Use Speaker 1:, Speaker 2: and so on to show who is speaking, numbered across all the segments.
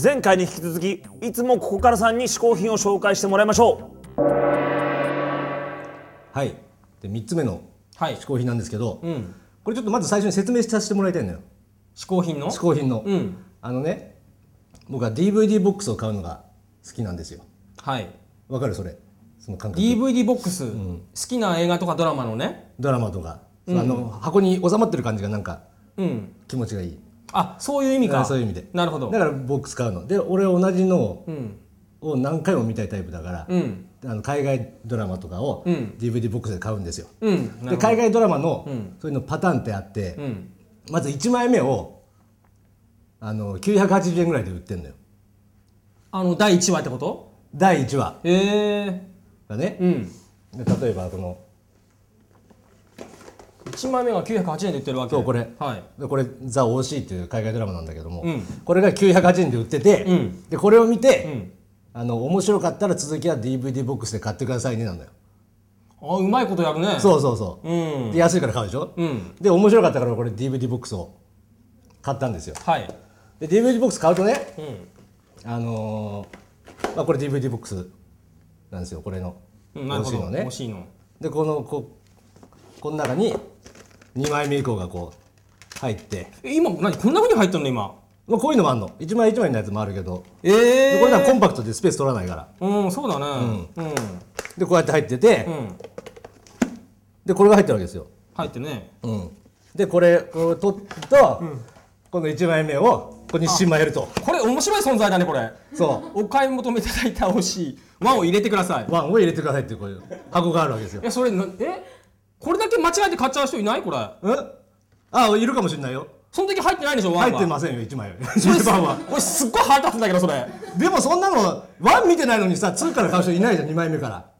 Speaker 1: 前回に引き続きいつもここからさんに試行品を紹介してもらいましょう
Speaker 2: はいで3つ目の
Speaker 3: はい
Speaker 2: 嗜好品なんですけど、
Speaker 3: ん
Speaker 2: これちょっとまず最初に説明させてもらいたいのよ
Speaker 3: 嗜好品の
Speaker 2: 嗜好品の、
Speaker 3: うん
Speaker 2: あのね僕は DVD ボックスを買うのが好きなんですよ
Speaker 3: はい
Speaker 2: わかるそれその感覚
Speaker 3: DVD ボックス、好きな映画とかドラマのね
Speaker 2: ドラマとか、あの箱に収まってる感じがなんか
Speaker 3: うん
Speaker 2: 気持ちがいい
Speaker 3: あそういう意味
Speaker 2: あ
Speaker 3: か
Speaker 2: そういう意味で
Speaker 3: なるほど
Speaker 2: だからボックス買うので俺は同じのを
Speaker 3: うん
Speaker 2: を何回も見たいタイプだから、
Speaker 3: うん
Speaker 2: あの海外ドラマとかを
Speaker 3: うん
Speaker 2: DVD ボックスで買うんですよ、
Speaker 3: うんな
Speaker 2: で
Speaker 3: るほど
Speaker 2: 海外ドラマの
Speaker 3: うん
Speaker 2: そういうのパターンってあって、
Speaker 3: うん
Speaker 2: まず1枚目をあの980円ぐらいで売ってるのよ
Speaker 3: あの第1話ってこと
Speaker 2: 第1話
Speaker 3: ええ
Speaker 2: がね
Speaker 3: う、ん
Speaker 2: で例えばこの
Speaker 3: 1枚目が908円で売ってるわけ
Speaker 2: そうこれ
Speaker 3: はい
Speaker 2: でこれ「ザ・ OC」っていう海外ドラマなんだけども、
Speaker 3: うん
Speaker 2: これが980円で売ってて、
Speaker 3: うん
Speaker 2: でこれを見て、
Speaker 3: うん
Speaker 2: あの面白かったら続きは DVD ボックスで買ってくださいねなんだよ、
Speaker 3: あうまいことやるね
Speaker 2: そうそうそう、
Speaker 3: うん
Speaker 2: で安いから買うでしょ、
Speaker 3: うん
Speaker 2: で面白かったからこれ DVD ボックスを買ったんですよ
Speaker 3: はい
Speaker 2: で DVD ボックス買うとね
Speaker 3: うん
Speaker 2: あのーまあ、これ DVD ボックスなんですよこれの、
Speaker 3: うんなるほど
Speaker 2: 欲しいのね
Speaker 3: 欲しいの
Speaker 2: でこのここの中に2枚目以降がこう入って、
Speaker 3: え今何こんなふうに入ってんの今
Speaker 2: まあ、こういうのもあるの1枚1枚のやつもあるけど、
Speaker 3: ええ
Speaker 2: でこれはコンパクトでスペース取らないから
Speaker 3: うんそうだねうん
Speaker 2: でこうやって入ってて、
Speaker 3: うん、
Speaker 2: でこれが入ってるわけですよ、
Speaker 3: 入ってね
Speaker 2: うん、でこれこれを取ると、この1枚目をここにしまえると
Speaker 3: これ面白い存在だねこれ
Speaker 2: そ
Speaker 3: お買い求めいただいた欲しいワンを入れてくださいう
Speaker 2: ワンを入れてくださいっていうこういう箱があるわけですよ
Speaker 3: えそれなえこれだけ間違えて買っちゃう人いないこれ
Speaker 2: うんあいるかもしれないよ
Speaker 3: その時入ってないでしょワン
Speaker 2: 入
Speaker 3: は
Speaker 2: ってませんよ1枚10番は
Speaker 3: これすっごい腹立つんだけどそれ
Speaker 2: でもそんなのワン見てないのにさ2から買う人いないじゃん2枚目から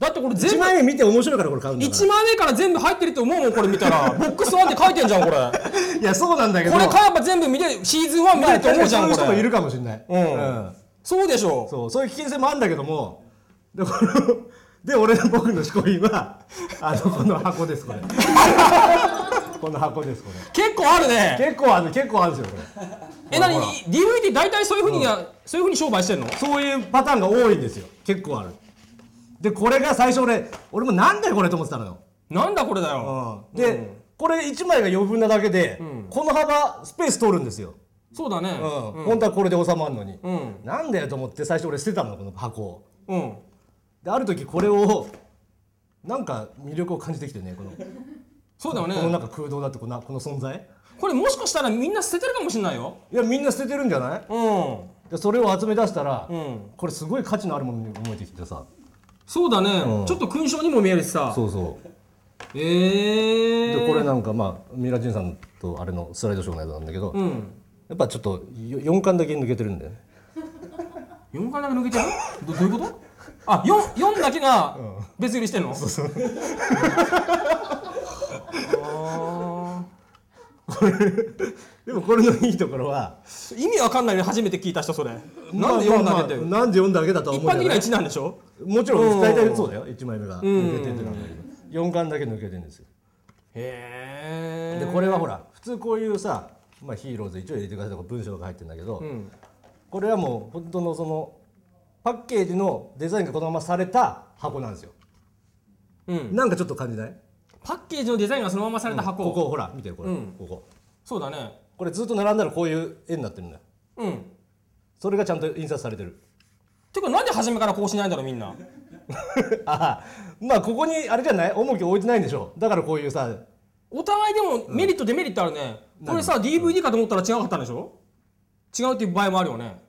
Speaker 3: だってこ
Speaker 2: 1
Speaker 3: れ全部
Speaker 2: 枚目見て面白いからこれ買うんだから
Speaker 3: 1枚目から全部入ってると思うもんこれ見た らボックスワンって書いてんじゃんこれ
Speaker 2: いやそうなんだけど
Speaker 3: これ買えば全部見れるシーズン1見れると思うじゃん
Speaker 2: いや確かにそういう人
Speaker 3: こ
Speaker 2: もい
Speaker 3: れ
Speaker 2: るかもしれない、
Speaker 3: うんそうでしょ
Speaker 2: そうそういう危険性もあるんだけどもでこので俺の僕の嗜好品はあのこの箱ですこ れこの箱ですこ
Speaker 3: 結構あるね
Speaker 2: れ結構ある結構あるんですよこ
Speaker 3: え何 DVD 大体そういうふうにやそういうふうに商売してんの
Speaker 2: れそういうパターンが多いんですよ結構あるでこれが最初俺俺もなんだよこれと思ってたのよ
Speaker 3: なんだこれだよ
Speaker 2: うんで、これ1枚が余分なだけで、この幅スペース取るんですよ、
Speaker 3: そうだね
Speaker 2: うん本当はこれで収まるのに、
Speaker 3: ん
Speaker 2: なんだよと思って最初俺捨てたのこの箱を
Speaker 3: うん
Speaker 2: である時これをなんか魅力を感じてきてねこのこ
Speaker 3: そうだよ
Speaker 2: のな
Speaker 3: ね
Speaker 2: んか空洞だってこのこの存在
Speaker 3: これもしかしたらみんな捨ててるかもしれないよ
Speaker 2: いやみんな捨ててるんじゃない
Speaker 3: うん
Speaker 2: でそれを集め出したら、
Speaker 3: ん
Speaker 2: これすごい価値のあるものに思えてきてさ
Speaker 3: そうだね、
Speaker 2: ん
Speaker 3: ちょっと勲章にも見えるしさ
Speaker 2: そうそう
Speaker 3: え
Speaker 2: で
Speaker 3: ー、
Speaker 2: これなんかまあミラジンさんとあれのスライドショーのやつなんだけど、
Speaker 3: うん
Speaker 2: やっぱちょっと4巻だけ抜けてるんだよね
Speaker 3: 4回だけ抜けちゃうどどういうことあ四 4, だけが別売りしてんの、そうそう
Speaker 2: でもこれのいいところ は
Speaker 3: 意味わかんないね初めて聞いた人それなんで4だけって、
Speaker 2: まあまあなんで4だけだとは
Speaker 3: 一
Speaker 2: 思う
Speaker 3: 般
Speaker 2: ん
Speaker 3: 的に
Speaker 2: だよね
Speaker 3: は1なんでしょ
Speaker 2: もちろん大体そうだよ1枚目が抜けてるってなんだけど4巻だけ抜けてるんですよ
Speaker 3: へ
Speaker 2: でこれはほら普通こういうさ、まあ、ヒーローズ一応入れてくださいとか文章が入ってるんだけど、
Speaker 3: ん
Speaker 2: これはもう本当のそのパッケージのデザインがこのままされた箱なんですよ、
Speaker 3: うん
Speaker 2: なんかちょっと感じない
Speaker 3: パッケージのデザインがそのままされた箱、
Speaker 2: ここほら見てこれ、
Speaker 3: うん
Speaker 2: ここ
Speaker 3: そうだね
Speaker 2: これずっと並んだらこういう絵になってるんだよ
Speaker 3: うん
Speaker 2: それがちゃんと印刷されて る
Speaker 3: てかなんで初めからこうしないんだろうみんな
Speaker 2: ああまあここにあれじゃない重き置いてないんでしょだからこういうさ
Speaker 3: お互いでもメリットデメリットあるね、これさ DVD かと思ったら違かったんでしょ違うっていう場合もあるよね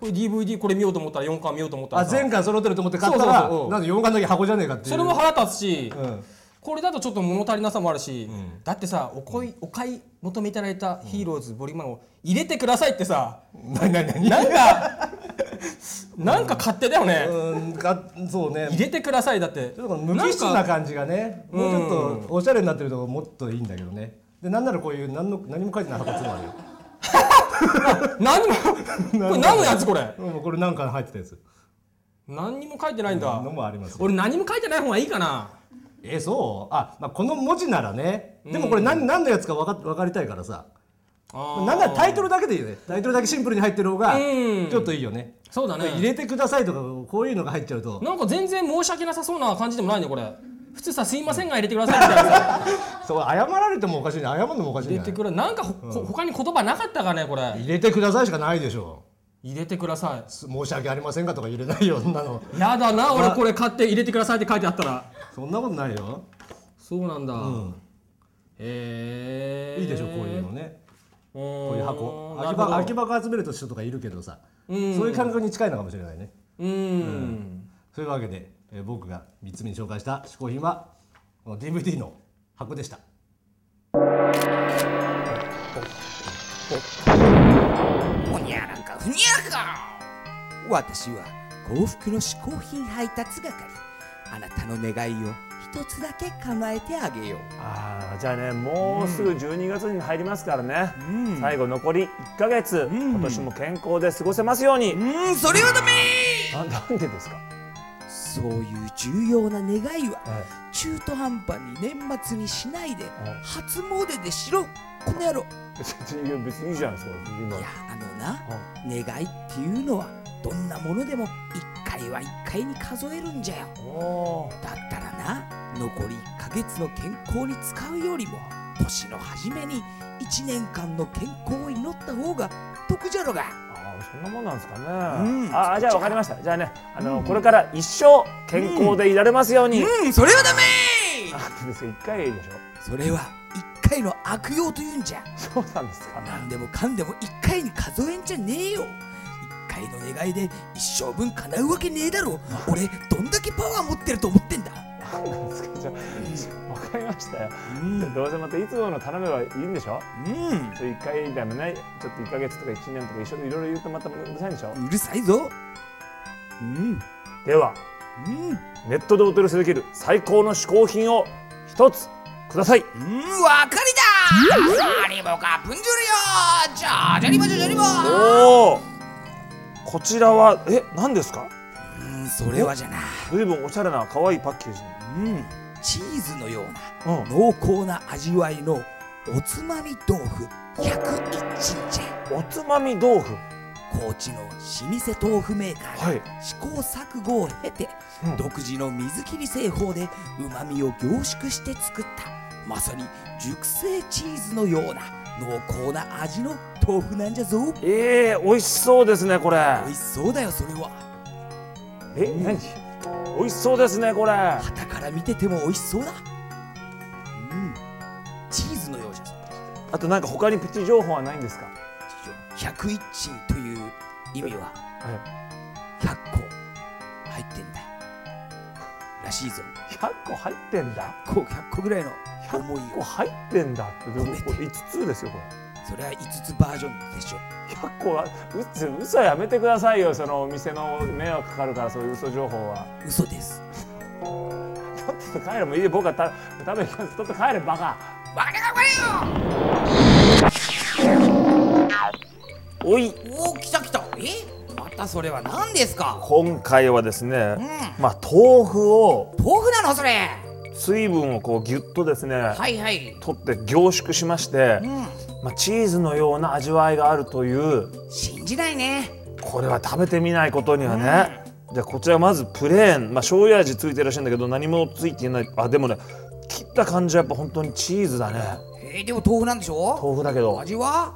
Speaker 3: これ DVD これ見ようと思ったら4巻見ようと思ったら
Speaker 2: あ
Speaker 3: さ
Speaker 2: 前回揃ってると思って買ったら
Speaker 3: そうそうそううん
Speaker 2: なんで4巻だけ箱じゃねえかっていう
Speaker 3: それも腹立つし、
Speaker 2: うん
Speaker 3: これだとちょっと物足りなさもあるし、だってさおこい、お買い求めいただいたヒーローズボリューム1を入れてくださいってさ、
Speaker 2: 何何何
Speaker 3: なんかなんか勝手だよね、
Speaker 2: うんかそうね
Speaker 3: 入れてくださいだって
Speaker 2: ちょっとこの無機質
Speaker 3: な
Speaker 2: なん
Speaker 3: か
Speaker 2: 感じがねもうちょっとおしゃれになってるとこもっといいんだけどねでなんならこういう何の何も書いてない箱つもあるよ
Speaker 3: 何もこれ何のやつこれ
Speaker 2: うんこれなんか入ってたやつ
Speaker 3: 何にも書いてないんだ、
Speaker 2: のもありますよ
Speaker 3: 俺何も書いてない方がいいかな
Speaker 2: えそうあ、まあ、この文字ならねでもこれ何,、ん、何のやつか分か分かりたいからさ
Speaker 3: あー
Speaker 2: なんならタイトルだけでいいよねタイトルだけシンプルに入ってる方が
Speaker 3: うん
Speaker 2: ちょっといいよね、
Speaker 3: そうだね
Speaker 2: 入れてくださいとかこういうのが入っちゃうと
Speaker 3: なんか全然申し訳なさそうな感じでもないねこれ普通さ「すいませんが入れてください」みたいなさ
Speaker 2: そう謝られてもおかしいね謝るのもおかしい
Speaker 3: 入
Speaker 2: ね
Speaker 3: れてくれなんかほ、ほ他に言葉なかったかねこれ
Speaker 2: 入れてくださいしかないでしょ
Speaker 3: 入れてください
Speaker 2: す申し訳ありませんがとか入れないよそんなの
Speaker 3: やだな俺これ買って入れてくださいって書いてあったら
Speaker 2: そんなことないよ、
Speaker 3: そうなんだ、
Speaker 2: うん、
Speaker 3: へえ
Speaker 2: いいでしょこういうのね
Speaker 3: こ
Speaker 2: こういう箱空き箱空き箱集めると人とかいるけどさそういう感覚に近いのかもしれないね
Speaker 3: Hmm. うん
Speaker 2: そういうわけで、えー僕が3つ目に紹介した試行品はこの DVD の箱でした
Speaker 4: ほにゃらかふにゃらか私は幸福の嗜好品配達係あなたの願いを一つだけ叶えてあげよう
Speaker 1: あーじゃあねもうすぐ12月に入りますからね、最後残り1ヶ月、今年も健康で過ごせますように、
Speaker 4: うんそれはダメ
Speaker 1: ななんでですか
Speaker 4: そういう重要な願いは中途半端に年末にしないで初詣でしろこの野郎
Speaker 1: 別に別にいいじゃないですか今
Speaker 4: いやあのな願いっていうのはどんなものでも一回は一回に数えるんじゃよ
Speaker 1: おー
Speaker 4: だったらな残り1ヶ月の健康に使うよりも年の初めに1年間の健康を祈った方が得じゃろが
Speaker 1: あーそんなもんなんですかね、
Speaker 4: うん
Speaker 1: あーじゃあ分かりましたじゃあねあの、これから一生健康でいられますように、
Speaker 4: うんそれはダメ
Speaker 1: なんでですか1回でしょ
Speaker 4: それは1回の悪用というんじゃ
Speaker 1: そうなんですか
Speaker 4: 何でもかんでも1回に数えんじゃねえよ1回の願いで一生分叶うわけねえだろ俺どんだけパワー持ってると思ってんだ
Speaker 1: そうなんですかじゃあ分かりましたよ、どうせまたいつもの頼めばいいんでしょ
Speaker 4: うん
Speaker 1: そう一回でもねちょっと1ヶ月とか1年とか一緒でいろいろ言うとまたうるさいんでしょ、
Speaker 4: うるさいぞうん
Speaker 1: では
Speaker 4: うん
Speaker 1: ネットでお取り寄せできる最高の嗜好品を一つください
Speaker 4: うん、わかりだーリボカプンジュルよじゃあじゃりぼじゃじゃりぼ
Speaker 1: おおこちらはえ何ですか
Speaker 4: うん、それはじゃな
Speaker 1: 随分おしゃれな可愛いパッケージ
Speaker 4: うん、チーズのよう
Speaker 1: の、うん、
Speaker 4: な濃厚な味わいのおつまみ豆腐101じゃ
Speaker 1: おつまみ豆腐
Speaker 4: 高知の老舗豆腐メーカ
Speaker 1: は
Speaker 4: ー
Speaker 1: い
Speaker 4: が試行錯誤を経て、
Speaker 1: うん
Speaker 4: 独自の水切り製法でうまみを凝縮して作ったまさに熟成チーズのような濃厚な味の豆腐なんじゃぞ
Speaker 1: えー、美味しそうですねこれ
Speaker 4: 美味しそうだよそれは。
Speaker 1: え何美味しそうですねこれ
Speaker 4: 旗から見てても美味しそうだうんチーズのようじゃ
Speaker 1: あとなんか他にプチ情報はないんですか
Speaker 4: 百一珍という意味は100個入ってんだらしいぞ
Speaker 1: 100個入ってんだ
Speaker 4: こう100個ぐらいの思い
Speaker 1: 100個
Speaker 4: を
Speaker 1: 入ってんだってどういうことこれ5つですよこれ
Speaker 4: それは5つバージョンでしょ
Speaker 1: 100個はうつ嘘はやめてくださいよそのお店の迷惑かかるからそういう嘘情報は
Speaker 4: 嘘です
Speaker 1: とっとと帰れもういいよ僕はた食べに行きますとっとと帰れバカバカおい
Speaker 4: おお来た来たえまたそれは何ですか
Speaker 1: 今回はですね、まあ豆腐を
Speaker 4: 豆腐なのそれ
Speaker 1: 水分をこうギュッとですね、
Speaker 4: いはい
Speaker 1: 取って凝縮しまして、まあ、チーズのような味わいがあるという
Speaker 4: 信じないね
Speaker 1: これは食べてみないことにはね、じゃあこちらまずプレーン、まあ、醤油味ついてらっしゃるんだけど何もついていないあでもね切った感じはやっぱ本当にチーズだね
Speaker 4: えー、でも豆腐なんでしょ
Speaker 1: 豆腐だけど
Speaker 4: 味は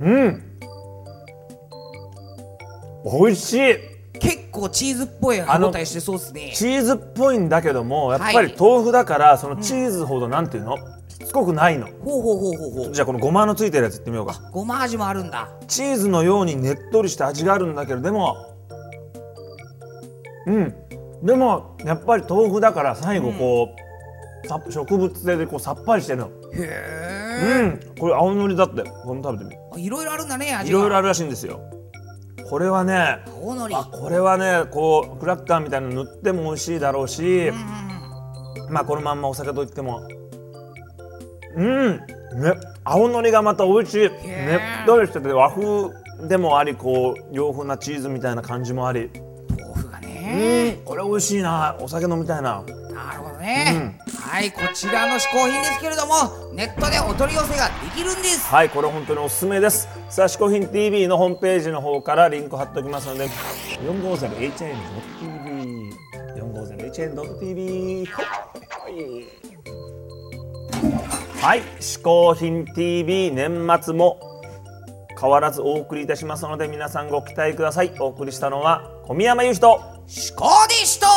Speaker 1: うん美味しい
Speaker 4: 結構チーズっぽい歯応えしてそうっすね
Speaker 1: チーズっぽいんだけどもやっぱ
Speaker 4: は
Speaker 1: り
Speaker 4: い
Speaker 1: 豆腐だからそのチーズほどなんていうの、しつこくないの
Speaker 4: ほうほうほうほうほう
Speaker 1: じゃあこのごまのついてるやついってみようか
Speaker 4: ごま味もあるんだ
Speaker 1: チーズのようにねっとりした味があるんだけれどでもうんでもやっぱり豆腐だから最後こう、さ植物性でこうさっぱりしてるの
Speaker 4: へ
Speaker 1: うんこれ青のりだってこれも食べてみ
Speaker 4: えいろいろあるんだね味
Speaker 1: いろいろあ
Speaker 4: る
Speaker 1: るらしいんですよこれはね
Speaker 4: 青のり
Speaker 1: あこれはねこうクラッカーみたいなの塗っても美味しいだろうし、まあこのまんまお酒といってもうんね青のりがまた美味しいねっとりしてて和風でもありこう洋風なチーズみたいな感じもあり
Speaker 4: 豆腐が
Speaker 1: う
Speaker 4: ね
Speaker 1: んこれ美味しいなお酒飲みたいな
Speaker 4: なるほどね、はいこちらの嗜好品ですけれどもネットでお取り寄せができるんです
Speaker 1: はいこれ本当におすすめですさあ「嗜好品 TV」のホームページの方からリンク貼っておきますので 450hn.tv 450hn.tv はい「嗜好品 TV」年末も変わらずお送りいたしますので皆さんご期待くださいお送りしたのは小宮山雄飛と
Speaker 4: 嗜好でした